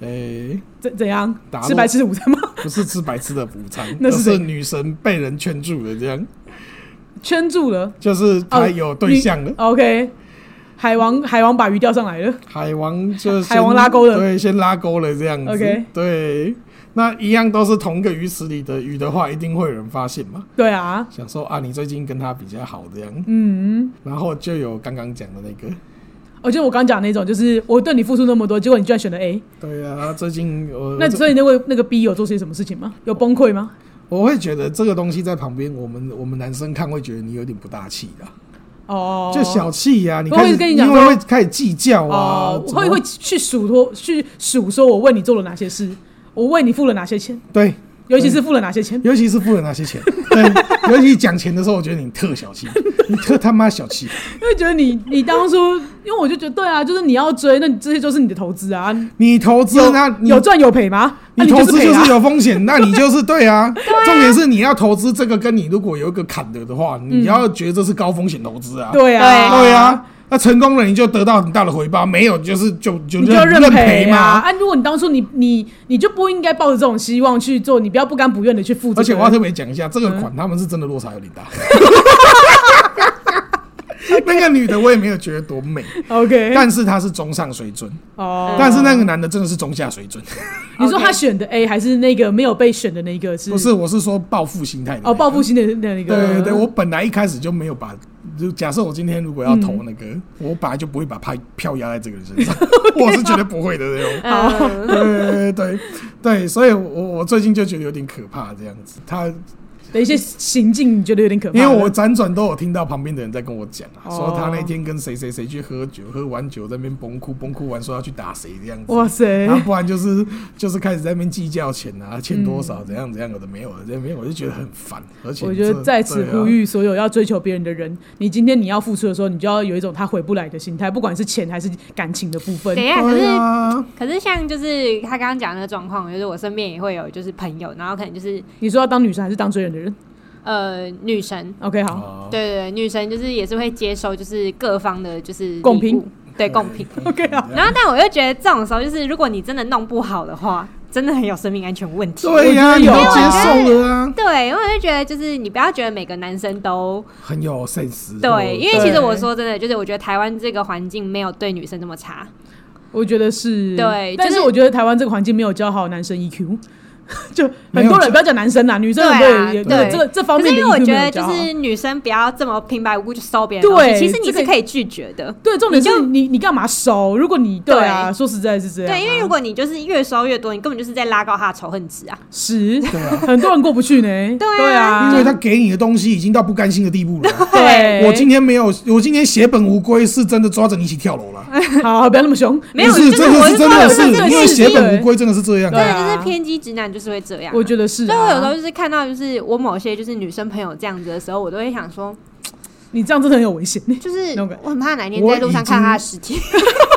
C: 诶、
A: 怎怎样
C: 打
A: 吃
C: 落
A: 白吃的午餐吗？，
C: 不是吃白吃的午餐
A: 那
C: 那
A: 是
C: 是
A: 谁
C: 女神被人圈住了，这样
A: 圈住了，哦
C: 就是她有对象了。
A: OK，海王海王把鱼钓上来了。
C: 海王就先
A: 海王拉钩了
C: 对，先拉钩了这样子。
A: OK
C: 对，那一样都是同个鱼池里的鱼的话，一定会有人发现嘛。
A: 对啊，
C: 想说啊，你最近跟他比较好这样，
A: 嗯，
C: 然后就有刚刚讲的那个，
A: 我哦觉得我刚讲那种，就是我对你付出那么多，结果你居然选了 A，
C: 对啊，最近我
A: 那
C: 这
A: 所以那位那个 B 有做些什么事情吗？有崩溃吗？
C: 我会觉得这个东西在旁边，我们我们男生看会觉得你有点不大气啦，
A: 哦，
C: 呃就小气呀、啊，你
A: 我会
C: 开始
A: 跟你讲
C: 因为
A: 说
C: 会开始计较啊
A: 哦，，
C: 怎么
A: 会会去数托去数，说我为你做了哪些事，我为你付了哪些钱，
C: 对，
A: 尤其是付了哪些钱。
C: 尤其是付了 哪些钱，对，尤其讲钱的时候，我觉得你特小气， 你特他妈小气，
A: 因为觉得你你当初，因为我就觉得对啊，就是你要追，那你这些就是你的投资啊，
C: 你投资
A: 有
C: 那你
A: 有赚有赔吗？那
C: 你投
A: 就
C: 资
A: 赔
C: 就是
A: 啊。
C: 有风 险，那你就是对啊。重点是你要投资这个，跟你如果有一个坎的的话，你要觉得这是高风险投资啊。
A: 嗯对啊，
C: 对啊，那成功了你就得到很大的回报，没有就是就就
A: 你就要
C: 认
A: 赔
C: 赔
A: 啊！
C: 嘛。
A: 啊，如果你当初你你你就不应该抱着这种希望去做，你不要不甘不愿的去付出。
C: 而且我要特别讲一下，这个款他们是真的落差有点大。 那个女的我也没有觉得多美，
A: OK，
C: 但是她是中上水准，
A: 哦，
C: 但是那个男的真的是中下水准。
A: 你说他选的 A 还是那个没有被选的那个是？
C: 不是，我是说报复心态的那个
A: 哦，报复。心的那那个。
C: 对对对，我本来一开始就没有把，就假设我今天如果要投那个，
A: 嗯
C: 我本来就不会把票票压在这个 人身上，我是绝对不会的那种。
B: 嗯，
C: 对对对对，所以我我最近就觉得有点可怕这样子。他
A: 的一些行径，你觉得有点可怕
C: 因
A: 了。
C: 为我辗转都有听到旁边的人在跟我讲啊，
A: 哦
C: 说他那天跟谁谁谁去喝酒，喝完酒在那边崩哭，崩哭完说要去打谁这样子。
A: 哇塞
C: 然，后不然就是就是开始在那边计较钱啊，欠多少怎样怎样，有的没有的，这边我就觉得很烦，而且
A: 我觉
C: 这
A: 得在此
C: 对啊
A: 呼吁所有要追求别人的人，
C: 啊
A: 你今天你要付出的时候，你就要有一种他回不来的心态，不管是钱还是感情的部分
B: 等。一下，可
C: 对
B: 是
C: 啊，
B: 可是像就是他刚刚讲的那个状况，就是我身边也会有就是朋友，然后可能就是
A: 你说要当女生还是当追人的人
B: 呃女神，
A: ？OK，好，
C: 哦
B: 对对对，女神就是也是会接收就是各方的就是
A: 共
B: 礼
A: 评
B: 物，对共评。
C: 哎
A: OK 啊
B: 然后但我又觉得这种时候就是如果你真的弄不好的话，真的很有生命安全问题。
C: 对呀、你都
A: 我觉
C: 接
A: 得
C: 受了啊，
B: 对，我就觉得就是你不要觉得每个男生都
C: 很有 sense 哦。
B: 对，因为
A: 对
B: 其实我说真的，就是我觉得台湾这个环境没有对女生那么差。
A: 我觉得是
B: 对
A: 但
B: 就是是
A: 我觉得台湾这个环境没有教好男生 EQ，就
C: 没
A: 很
C: 有
A: 多人
C: 教
A: 不要讲男生啦，女生很多
B: 对
A: 人
B: 啊
A: 也
B: 对
A: 这个这方
B: 可是
A: 面
B: 因
A: 的
B: 为我
A: EQ
B: 觉
A: 没
B: 得
A: 有
B: 就
A: 教好。
B: 是女生不要这么平白无故就收别人的东西，
A: 对
B: 其实你
A: 这
B: 是
A: 个
B: 可以拒绝的。
A: 对，重点
B: 你
A: 是
B: 就
A: 你你干嘛收？如果你对啊，说实在是这样啊、
B: 对，因为如果你就是越收越多，你根本就是在拉高他的仇恨值啊！
A: 十，很多人过不去呢。
B: 对啊
A: 对啊，
C: 因为他给你的东西已经到不甘心的地步了啊。
A: 对
C: 我今天没有，我今天血本无归，是真的抓着你一起跳楼了。啊
A: 好，不要那么凶。
B: 没有，
C: 不是，
B: 就是
C: 这个
B: 我
C: 是真
B: 说
C: 的
B: 有
A: 这
C: 是
A: 个，
C: 因为
A: 事
C: 血本
A: 对
C: 无归真的是这样
B: 真
A: 对
C: 啊。
B: 的就是
A: 啊
B: 偏激直男就是会这样啊。
A: 我觉得是、啊。
B: 所以我有时候就是看到就是我某些就是女生朋友这样子的时候，我都会想说，
A: 你这样真的很有危险。
B: 就是
A: 那个
B: 我很怕哪一天
C: 我
B: 在路上
C: 已
B: 看
C: 经
B: 他的尸体。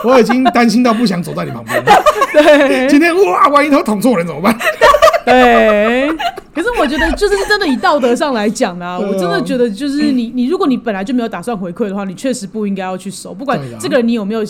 C: 我已经担心到不想走在你旁边了。 今天哇，万一他捅错人怎么办？
A: 对，可是我觉得就是真的以道德上来讲啦，
C: 对啊
A: 我真的觉得就是你你如果你本来就没有打算回馈的话，你确实不应该要去收，不管
C: 对啊
A: 这个人你有没有。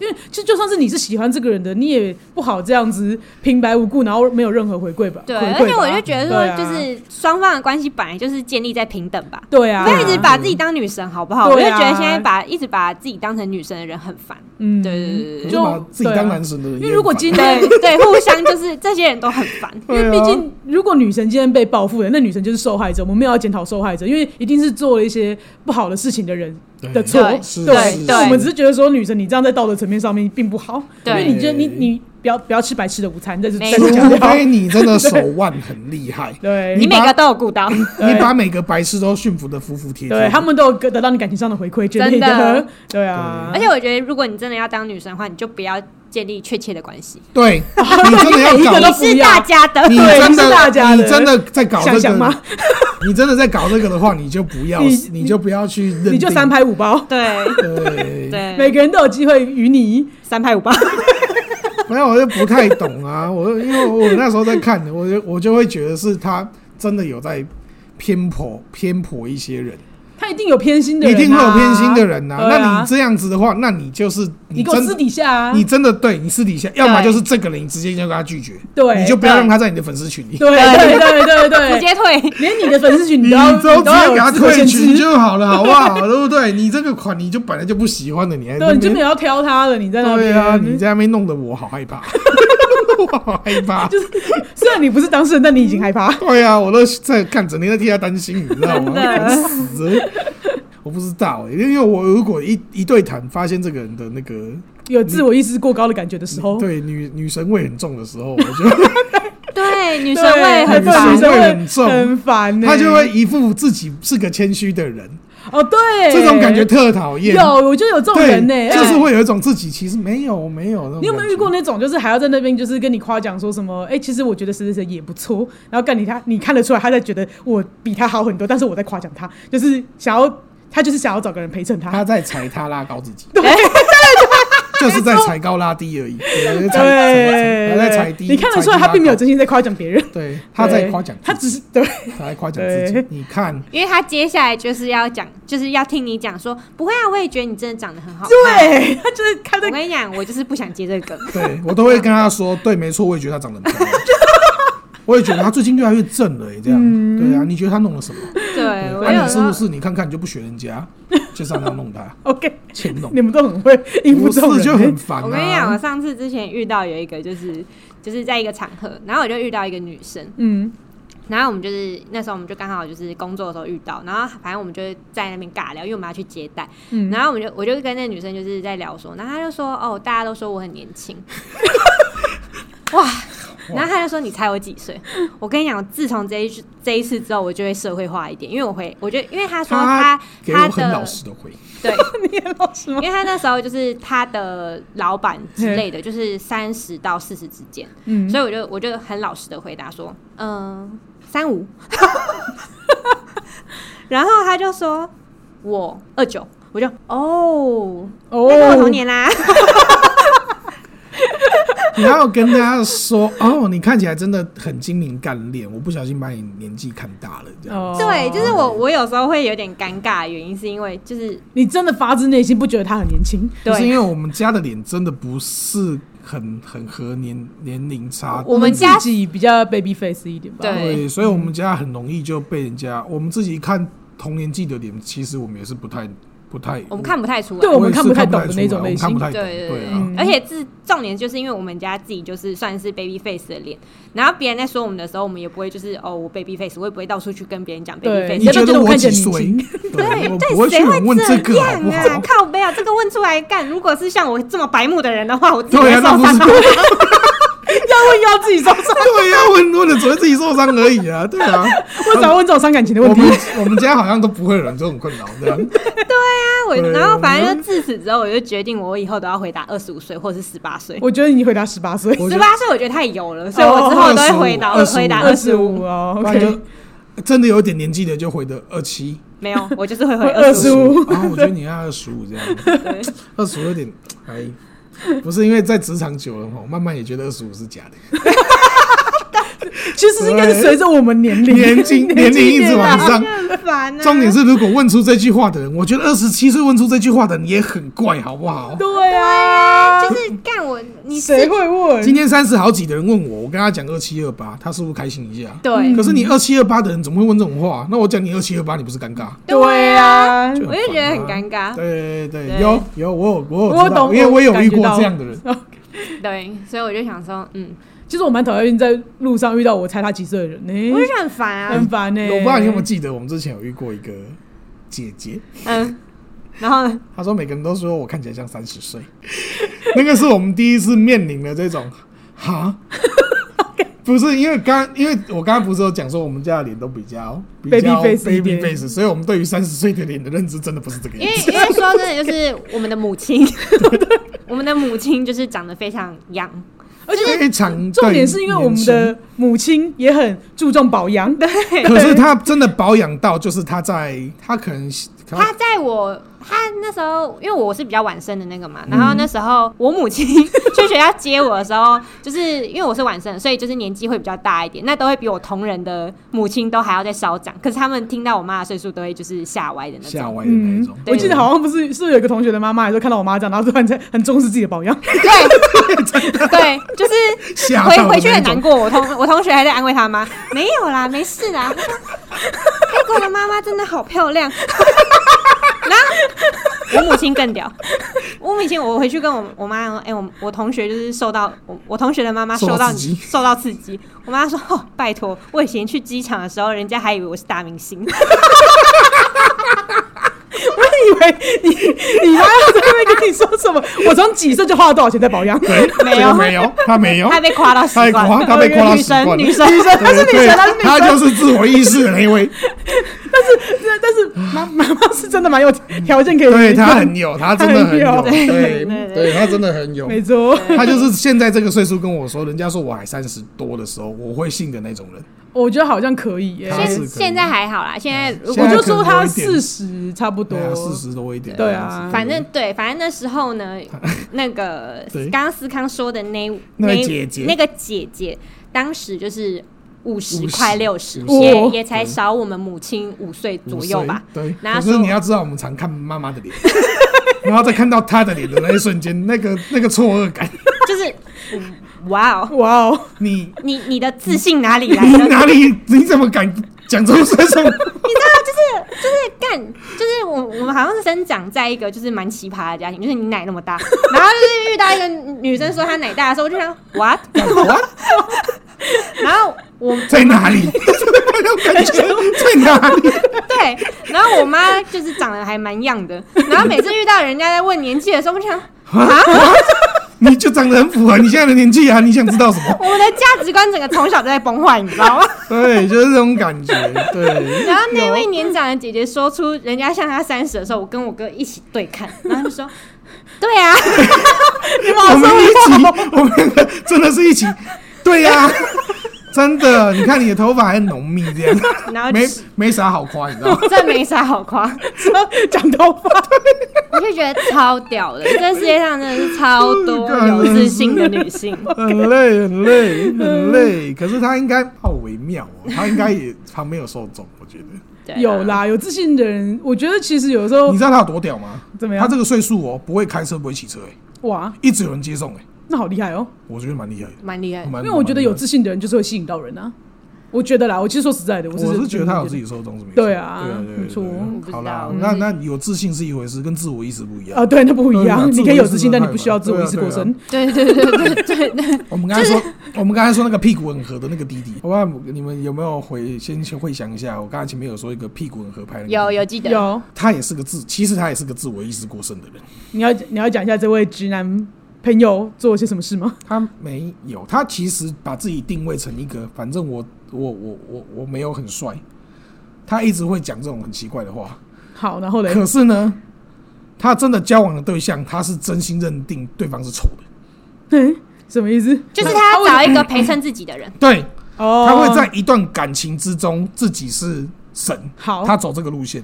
A: 因为就就算是你是喜欢这个人的，你也不好这样子平白无故，然后没有任何回馈吧？
B: 对，
A: 回馈
B: 而且
A: 吧
B: 我就觉
A: 对
B: 得说，
A: 啊
B: 就是双方的关系本来就是建立在平等吧。
A: 对啊，
B: 不要一直把自己当女神，好不好？
A: 对啊
B: 我就觉得现在把一直把自己当成女神的人很烦。
A: 嗯，
B: 对对对
C: 可
B: 对
C: 是
A: 就啊
C: 把自己当男神的人也很烦，
A: 因为如果今天，
B: 对对，互相就是这些人都很烦。
A: 因
C: 对
A: 为
C: 啊
A: 毕竟如果女神今天被报复了，那女神就是受害者，我们没有要检讨受害者，因为一定是做了一些不好的事情的人
C: 对
A: 的错
B: 对，
C: 是
B: 对
C: 是
B: 对
A: 我们只是觉得说女生你这样在道德层面上面并不好，因
B: 对
A: 为你觉得你你不要不要吃白吃的午餐，这是
B: 没
A: 这
B: 错
A: 是强
C: 除非
A: 调，
C: 你真的手腕很厉害，
A: 对
B: 你
C: 你
B: 每
C: 把
B: 个都有顾到，
A: 对
C: 你把每个白痴都驯服的服服帖帖的。
A: 对，他们都有得到你感情上的回馈之类
B: 真的
A: 的，对啊
B: 而，且我觉得，如果你真的要当女神的话，你就不要建立确切的关系，
C: 对你真的
A: 每一个
C: 要
A: 都
B: 你
C: 搞
A: 不
B: 是
A: 要
B: 大家的。
C: 你
A: 对
C: 真
A: 是大家
C: 的，
A: 的
C: 你真的在搞
A: 想
C: 这
A: 想吗
C: 个， 你真的在搞这个的话，你就不要
A: 你，
C: 你就不要去认定，
A: 你就三拍五包，
B: 对
C: 对，
A: 每
B: 对，
A: 个人都有机会与你，
B: 三拍五八。
C: 没有，我就不太懂啊。我因为我那时候在看，我就我就会觉得是他真的有在偏颇偏颇一些人，
A: 他一定有偏心的啊
C: 一
A: 人啊，
C: 定会有偏心的人呐、
A: 对
C: 那你这样子的话，那你就是
A: 你给我
C: 真
A: 私底下啊，
C: 你真的对你私底下，要么就是这个人你直接就跟他拒绝，
A: 对
C: 你就不要让他在你的粉丝群里，
A: 对对对对对，
B: 直接退。
A: 连你的粉丝群你
C: 你
A: 都要
C: 都直
A: 都要
C: 接
A: 有
C: 给他
A: 自我
C: 退
A: 限
C: 群
A: 制，
C: 就好了，好不 好？对不对？你这个款你就本来就不喜欢的，你还
A: 对，你
C: 真
A: 真的要挑他了，你在那
C: 对
A: 边
C: 啊，你在那边弄得我好害怕，我好害怕。
A: 虽然你不是当事人，但你已经害怕。
C: 对啊，我都在看，整天在替他担心，你知道吗？
B: 真的
C: 烦死了！我不知道、欸，因为我如果一一对谈发现这个人的那个
A: 有自我意识过高的感觉的时候，
C: 对女女神味很重的时候，我觉得
B: 对，女
A: 女
B: 神味很
C: 对
B: 烦
A: 女。生
C: 会
A: 会
C: 很重
A: 很烦呢、欸
C: 他就会一副自己是个谦虚的人，
A: 哦，对，
C: 这种感觉特讨厌。
A: 有，我就有这种人呢、欸哎
C: 对，就是会有一种自己其实没有没有那种。
A: 你有没有遇过？那种，就是还要在那边就是跟你夸奖说什么？哎、其实我觉得谁谁谁也不错，然后干你他，你看得出来他在觉得我比他好很多，但是我在夸奖他，就是想要他就是想要找个人陪衬他。
C: 他在踩他拉高自己，
A: 对
C: 就是在踩高拉低而已，对，踩踩
A: 对，
C: 他在踩低。
A: 你看得出来
C: 踩低
A: 他
C: 拉高
A: 并没有，真心在夸奖别人，
C: 对，他在夸奖自己，
A: 他只是对
C: 他在夸奖自己
A: 对。
C: 你看，
B: 因为他接下来就是要讲，就是要听你讲说，不会啊，我也觉得你真的长得很好看。
A: 对，他就是他在
B: 我跟你讲，我就是不想接 这个 梗。
C: 对我都会跟他说，对，没错，我也觉得他长得很 漂亮，我也觉得他最近越来越正了，哎，这样，对啊，你觉得他弄了什么？
B: 嗯对，我
C: 对，那
B: 有啊
C: 你
B: 时
C: 是不
B: 候
C: 是你看看你就不学人家，就是让他弄他
A: OK，
C: 欠 弄，
A: 你们都很会应付
C: 不
A: 这种
C: 是
A: 人
C: 就很烦啊。
B: 我跟你讲，我上次之前遇到有一个，就是就是在一个场合，然后我就遇到一个女生，
A: 嗯，
B: 然后我们就是那时候我们就刚好就是工作的时候遇到，然后反正我们就在那边尬聊，因为我们要去接待，
A: 嗯
B: 然后我们就我就跟那女生就是在聊说，然后她就说哦，大家都说我很年轻， 哇。然后她就说：“你猜我几岁？”我跟你讲，自从这一次这一次之后，我就会社会化一点，因为我会，我觉得，因为她说她
C: 他给我很
B: 的
C: 老实的回，
B: 对，
A: 你也老实吗
B: 因？为他那时候就是他的老板之类 的，就是三十到四十之间，
A: 嗯，
B: 所以我就我就很老实的回答说，嗯、三五。 然后他就说我二九，我就哦，
A: 哦
B: 那跟我同年啊啦，
C: 你要跟他说 哦，你看起来真的很精明干练，我不小心把你年纪看大了，这样。
A: 哦
B: 对，就是我我有时候会有点尴尬，的原因是因为就是
A: 你真的发自内心不觉得他很年轻，
C: 不是因
B: 对。
C: 为我们家的脸真的不是很很合年年龄差，
B: 我们家
A: 自己比较 baby face 一点吧。
B: 对
C: 对，所以我们家很容易就被人家，我们自己看同年纪的脸，其实我们也是不太不太，
B: 我们看不太出来，
A: 对
C: 我
A: 我们
C: 也是
A: 看
C: 看
A: 不
C: 太
A: 太懂的那种
C: 出来
A: 类型
C: 我们看不太懂，
B: 对
C: 对啊
B: 对，，而且自重点就是因为我们家自己就是算是 baby face 的脸，然后别人在说我们的时候，我们也不会就是哦我 baby face，我也不会到处去跟别人讲 baby
A: 对人
B: face。
C: 你
A: 家
C: 觉
A: 都觉得我
C: 我
A: 看起
C: 几
A: 来年
C: 岁
A: 轻？
C: 对，啊我
B: 对
C: 不，会
B: 谁
C: 去
B: 会
C: 问这
B: 这
C: 个好
B: 样
C: 不
B: 啊？
C: 好？
B: 靠背啊，这个问出来干，如果是像我这么白目的人的话，我自己
C: 对啊
B: 会
C: 啊，那
B: 受
C: 不是
B: 伤。
A: 要要问又要自己受伤，
C: 对呀、问问了只会自己受伤而已啊，对 啊，
A: 为什么要问这种伤感情的问
C: 我
A: 题？
C: 们我们家好像都不会有人这种困扰，对吧？
B: 我
C: 对
B: 然后反
C: 我
B: 正
C: 们
B: 就自此之后，我就决定我以后都要回答二十五岁或者是十八岁。
A: 我觉得你回答十八岁，
C: 我觉
B: 十
C: 得
B: 八岁我觉得太油了，所以我之后都会回答
C: 25
B: 回答
A: 二
B: 二
A: 十
B: 十
A: 五
B: 五，
A: 哦
C: 不然
A: ，OK，
C: 就真的有点年纪的就回的二七、
B: 没有，我就是会回
A: 二
B: 二
A: 十
B: 十
A: 五
B: 五。
A: 25
C: 啊然后我觉得你要二十五这样，
B: 对，
C: 二十五有点哎，不是因为在职场久了吼，慢慢也觉得二十五是假的，
A: 其实是应该是随着我们年龄
C: 年纪年龄一直往上。
B: 很烦啊。
C: 重点是，如果问出这句话的人，我觉得二十七岁问出这句话的人也很怪，好不好？
A: 对啊，
B: 就是干我，你是
A: 谁会问？
C: 今天三十好几的人问我，我跟他讲二七二八，他是不是开心一下？
B: 对
C: 可是你二七二八的人怎么会问这种话？那我讲你二七二八，你不是尴尬？
A: 对啊，
C: 就
B: 我就觉得很
C: 尬。
B: 尴尬。
C: 对对对，
B: 对
C: 有有我有我有
A: 我
C: 知道
A: 懂
C: 因为我有
A: 我
C: 遇过
A: 感觉到
C: 这样 的人，
B: 对，所以我就想说，嗯，
A: 其实我蛮讨厌在路上遇到我猜他几岁的人呢、
B: 我就觉得很烦啊
A: 很，烦呢、
C: 我不知道你有没有记得，我们之前有遇过一个姐姐，
B: 嗯。然后呢
C: 她说每个人都说我看起来像三十岁，那个是我们第一次面临的这种哈。不是因为刚，因为我刚刚不是有讲说我们家的脸都比较比较
A: Baby face 一
C: baby
A: 点
C: face，所以我们对于三十岁的脸的认知真的不是这个
B: 因
C: 样
B: 为
C: 子。
B: 因为说真的，就是我们的母亲，我们的母亲就是长得非常洋，
A: 而且
C: 非常
A: 重点是因为我们
C: 哎对年
A: 的母亲也很注重保养，
C: 轻，可是她真的保养到，就是她在她可能
B: 他在我他那时候，因为我是比较晚生的那个嘛，然后那时候我母亲 去学校接我的时候，就是因为我是晚生，所以就是年纪会比较大一点，那都会比我同人的母亲都还要再稍长。可是他们听到我妈的岁数，都会就是吓歪的那
C: 吓
B: 种。
C: 歪的那一
A: 嗯
C: 种。，
A: 我记得好像不是是不是有一个同学的妈妈也说看到我妈这样，然后突然在很重视自己的保养，
B: 对对，就是
C: 吓到
B: 回
C: 的那
B: 回去很
C: 种
B: 难过。我同我同学还在安慰他妈，没有啦，没事啦。他说泰国的妈妈真的好漂亮。 然后我母亲更屌，我母亲我回去跟我我妈说，哎、我我同学就是受到我我同学的妈妈
C: 受
B: 受
C: 到
B: 到
C: 刺激
B: 你受到刺激，我妈说、哦、拜托，我以前去机场的时候，人家还以为我是大明星。
C: 哦
A: 以为你你妈要在那边跟你说什么？我从几岁就花了多少钱在保养？
C: 对，
B: 没有
C: 这个没有，他没有，
B: 她被夸到习
C: 他被
B: 惯
C: 夸，他被夸到
B: 女
C: 习惯
B: 神
C: 了
B: 女神
A: 女 生她是女
C: 对
A: 生，她是女
C: 他
A: 生，
C: 就是自我意识的那一位，
A: 但但是妈妈妈是真的蛮有条件可以，
C: 对他很有，他真的很
A: 她
C: 有，
A: 很
C: 对
B: 对对
C: 对，他真的很有。
A: 没错。
C: 他就是现在这个岁数跟我说，人家说我还三十多的时候，我会信的那种人。
A: 我觉得好像可以耶、
C: 她是可
B: 现
C: 以
B: 现在还好啦，现在如
C: 现
B: 果
A: 我
C: 在
A: 就说
C: 可能有
A: 她
C: 一点
A: 四十差不多
C: 对，啊，四十多一点。
A: 对
C: 嗯
A: 啊
B: 反正对，反正那时候 呢，那个
C: 对
B: 刚刚思康说的那
C: 那位姐姐
B: 那个姐姐，当时就是五十
C: 50
B: 快六十，
C: 50
B: 也
A: 哦
B: 也才少我们母亲五岁左右吧。
C: 五岁对，
B: 然后她
C: 可是
B: 说
C: 你要知道，我们常看妈妈的脸， 然后再看到她的脸的那一瞬间，那个那个错愕感，
B: 就是，嗯哇哦，
A: 哇哦，
C: 你
B: 你你的自信哪里来
C: 你
B: 的？
C: 哪里你怎么敢讲出这种？
B: 就是干，就是我我们好像是生长在一个就是蛮奇葩的家庭，就是你奶那么大，然后就是遇到一个女生说她奶大的时候，我就想 what，然后我
C: 在哪里？ 那种感觉在哪 里？
B: 对，然后我妈就是长得还蛮样的，然后每次遇到人家在问年纪的时候，我就想
C: 你就长得很符合你现在的年纪啊！你想知道什 么？
B: 我们的价值观整个从小就在崩坏，你知道吗？
C: 对，就是这种感觉。对，
B: 然后那位年长的姐姐说出人家像她三十的时候，我跟我哥一起对看，然后就说。对啊，
C: 我们一起，我们两个真的是一起。对呀、 真的，你看你的头发还浓密这样，
B: 然后
C: 没没啥好夸，你知道 吗？
B: 这没啥好夸，
A: 这长头发，
B: 我就觉得超屌的。这世界上真的是超多
A: 嗯
B: 有自信的女性，
C: 很累，很累，很累。可是他应该好微妙哦，他应该也他没有受众，我觉得。
B: 对啊
A: 有啦，有自信的人，我觉得其实有时候
C: 你知道他有多屌吗？
A: 哦怎么样
C: 他这个岁数哦，不会开车，不会骑车、欸，
A: 哇，
C: 一直有人接送、欸，
A: 那好厉害哦、
C: 我觉得蛮厉害的。
B: 蛮厉害的。
C: 蛮
A: 因为我觉得有
C: 蛮厉害的
A: 自信的人就是会吸引到人啊，我觉得啦，我其实说实在的，
C: 我
A: 是
C: 是觉得他有自
A: 己
C: 己受众是没错
A: 对啊
C: 对对对
A: 没错
C: 对
B: 我不知
C: 好啦
B: 道，
C: 那那有自信是一回事，跟自我意识不一
A: 啊，
C: 样。
A: 对，那不一
C: 对啊
A: 样，你可以有自信，
C: 自我意识
A: 但你不需要自我意识过
C: 对啊
A: 深。
B: 对对对对对对，
C: 我们刚才说，我们刚才说那个屁股很合的那个弟弟，我不知道你们有没有回先先回想一下，我刚才前面有说一个屁股很合拍的，
B: 有，有记得
A: 有，
C: 他也是个自，其实他也是个自我意识过剩的人，
A: 你要你要讲一下这位直男朋友做了些什么事 吗？
C: 他没有，他其实把自己定位成一个，反正我我我我我没有很帅，他一直会讲这种很奇怪的话。
A: 好，然后嘞，
C: 可是呢，他真的交往的对象，他是真心认定对方是丑的。
A: 嗯，什么意思？
B: 就
A: 那
B: 是他
A: 为
B: 找一个陪衬自己的人，
C: 对，
A: 哦，
C: 他会在一段感情之中自己是神，
A: 好
C: 他走这个路线。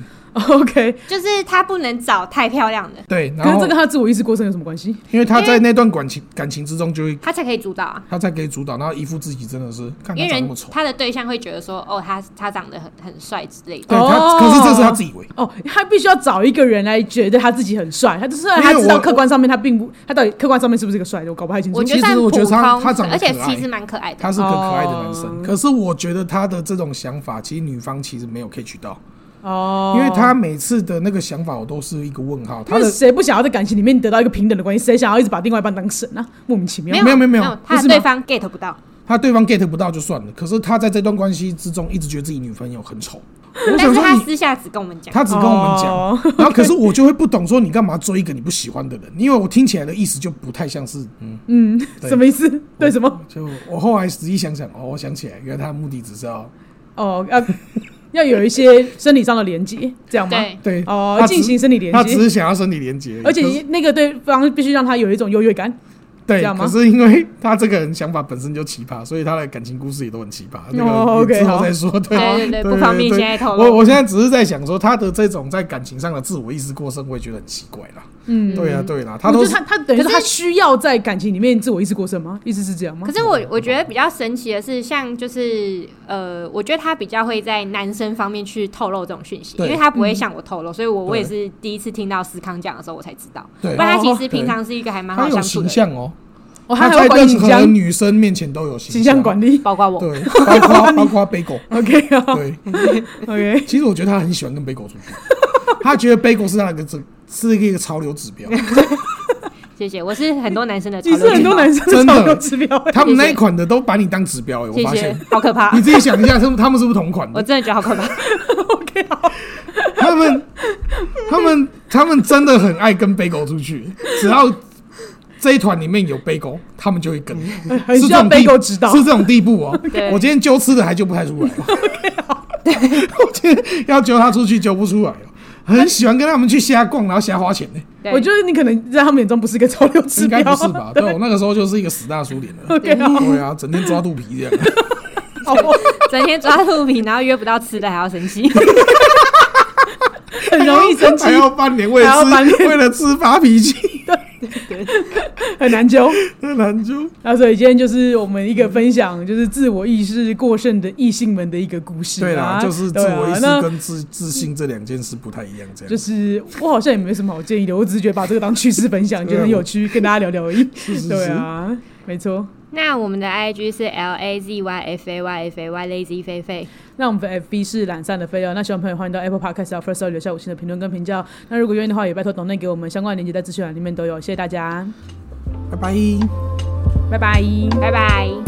A: OK，
B: 就是他不能找太漂亮的，
C: 对，然
A: 可是
C: 后
A: 这跟他自我意识过剩有什么关系？
C: 因为他在那段感情感情之中，就会
B: 他才可以主导啊。
C: 他才可以主导，然后一副自己真的是看
B: 因
C: 他
B: 为
C: 长那
B: 人
C: 么丑。
B: 他的对象会觉得说，哦，他他长得很很帅之类的。
C: 对他，
A: 哦
C: 可是这是他自以为。
A: 哦，他必须要找一个人来觉得他自己很帅，他就是他
C: 因为
A: 知道
C: 我
A: 客观上面他并不，他到底客观上面是不是个帅的，我搞不太清楚
B: 我。觉得
C: 其
B: 算
C: 实
B: 普
C: 我觉得
B: 通
C: 他他长得
B: 而且
C: 可爱
B: 其实蛮可爱的。
C: 他是个可爱的男生，
A: 哦
C: 可是我觉得他的这种想法，其实女方其实没有 catch 到，
A: 哦，
C: 因为他每次的那个想法，我都是一个问号。他
A: 因为
C: 的
A: 谁不想要在感情里面得到一个平等的关系？谁想要一直把另外一半当神啊？莫名其妙。
B: 有
C: 没有没有
B: 没
C: 没有
A: 不
B: 他的
A: 是吗
B: 对方 get 不到。
C: 他对方 get 不到就算了，可是他在这段关系之中一直觉得自己女朋友很丑。我
B: 但
C: 想
B: 是
C: 说
B: 他
C: 你，
B: 私下只跟我们讲，
C: 他只跟我们讲，
A: 哦
C: 然后可是我就会不懂，说你干嘛追一个你不喜欢的人？因为我听起来的意思就不太像是，嗯，
A: 嗯，
C: 对
A: 什么意思？对什么？
C: 就我后来仔细想想，哦，我想起来，原来他的目的只是要
A: 哦，要要有一些生理上的连接，这样吗？
B: 对，
C: 对
A: 哦
C: 他只
A: 进行生理连接
C: 他只是想要生理连接，
A: 而
C: 可
A: 且
C: 是
A: 那个对方必须让他有一种优越感。
C: 对
A: 这，样吗
C: 可是因为他这个人想法本身就奇葩，所以他的感情故事也都很奇葩。那
A: 哦
C: 个
A: ，OK，
C: 也之后
A: 好
C: 再说，对
B: 对对对不方便
C: 对
B: 现在透露
C: 我我现在只是在想说，他的这种在感情上的自我意识过剩，我也觉得很奇怪啦。
A: 嗯，
C: 对啊，对啦，他
A: 我觉
C: 都
A: 得
C: 是
A: 他他等于
B: 可
A: 说
B: 是
A: 他需要在感情里面自我意识过剩吗？意思是这样吗
B: 可？是我我觉得比较神奇的是，像就是呃，我觉得他比较会在男生方面去透露这种讯息，因
C: 对嗯
B: 为他不会向我透露，所以我我
C: 对
B: 也是第一次听到思康讲的时候，我才知道。
C: 对
B: 不然他其
C: 哦
B: 实平常是一个还蛮
C: 他
B: 好
C: 有
B: 相处
C: 形
B: 的人，
C: 象哦，
A: 哦，他还
C: 在
A: 要管
C: 任
A: 形
C: 何
A: 象
C: 女生面前都有形哦
A: 形象管理。
B: 包括我。
C: 对，包括包括贝狗。
A: OK 啊
C: 对，
A: ，OK，
C: 其实我觉得他很喜欢跟贝狗出去，他觉得贝狗是他的这是一个潮流指标。
B: 谢谢，我是很多男生的潮
A: 其
B: 流
A: 实
B: 指
A: 很多
B: 标，
A: 男生
C: 真的
A: 超有指标欸。
C: 他们那一款的都把你当指标哎，我
B: 谢
C: 发
B: 谢
C: 现。，
B: 好可怕
C: 你，自己想一下，他们他们是不是同款的
B: 我？真的觉得好可怕。
A: OK，好，
C: 他们、他们、他们真的很爱跟背狗出去，只要这一团里面有背狗，他们就会跟，
A: 很
C: 是
A: 需
C: 这
A: 要
C: 种地
A: 被狗指导
C: 是。这种地步哦、
B: 对
C: 我今天揪吃的还揪不太出来哦、 我今天要揪他出去揪不出来哦、很喜欢跟他们去瞎逛，然后瞎花钱欸呢、
B: 对
A: 我觉得你可能在他们眼中不是一个潮流指
C: 应
A: 标
C: 该，不是吧？对我那个时候就是一个死大叔脸了。
A: OK，好，
C: 对啊，整天抓肚皮这样。
A: 好
B: 整天抓肚皮，然后约不到吃的还要生气，
A: 很 容易生气
C: 还，要半年为了
A: 还要翻
C: 吃，
A: 脸
C: 为了吃发 脾气，
A: 很难揪。
C: 很难揪。
A: 那所以今天就是我们一个分享，就是自我意识过剩的异性们的一个故事、啊。
C: 对啦，就是自
A: 对啊
C: 我意识
A: 那
C: 跟自自信这两件事不太一样，这样
A: 就。是我好像也没什么好建议的，我只是觉得把这个当趣事分 享，觉得很有趣，跟大家聊聊而已。
C: 啊是是
A: 对啊，没错。
B: 那我们的 IG 是 L A Z Y F A Y F A Y Lazy 菲菲，
A: 那我们的 FB 是懒散的飞哦。那喜欢朋友欢迎到 Apple Podcast 到 First Story 留下五星的评论跟评价哦。那如果愿意的话，也拜托董内给我们相关的链接在资讯栏里面都有。谢谢大家，
C: 拜拜。
A: 拜拜。
B: 拜拜。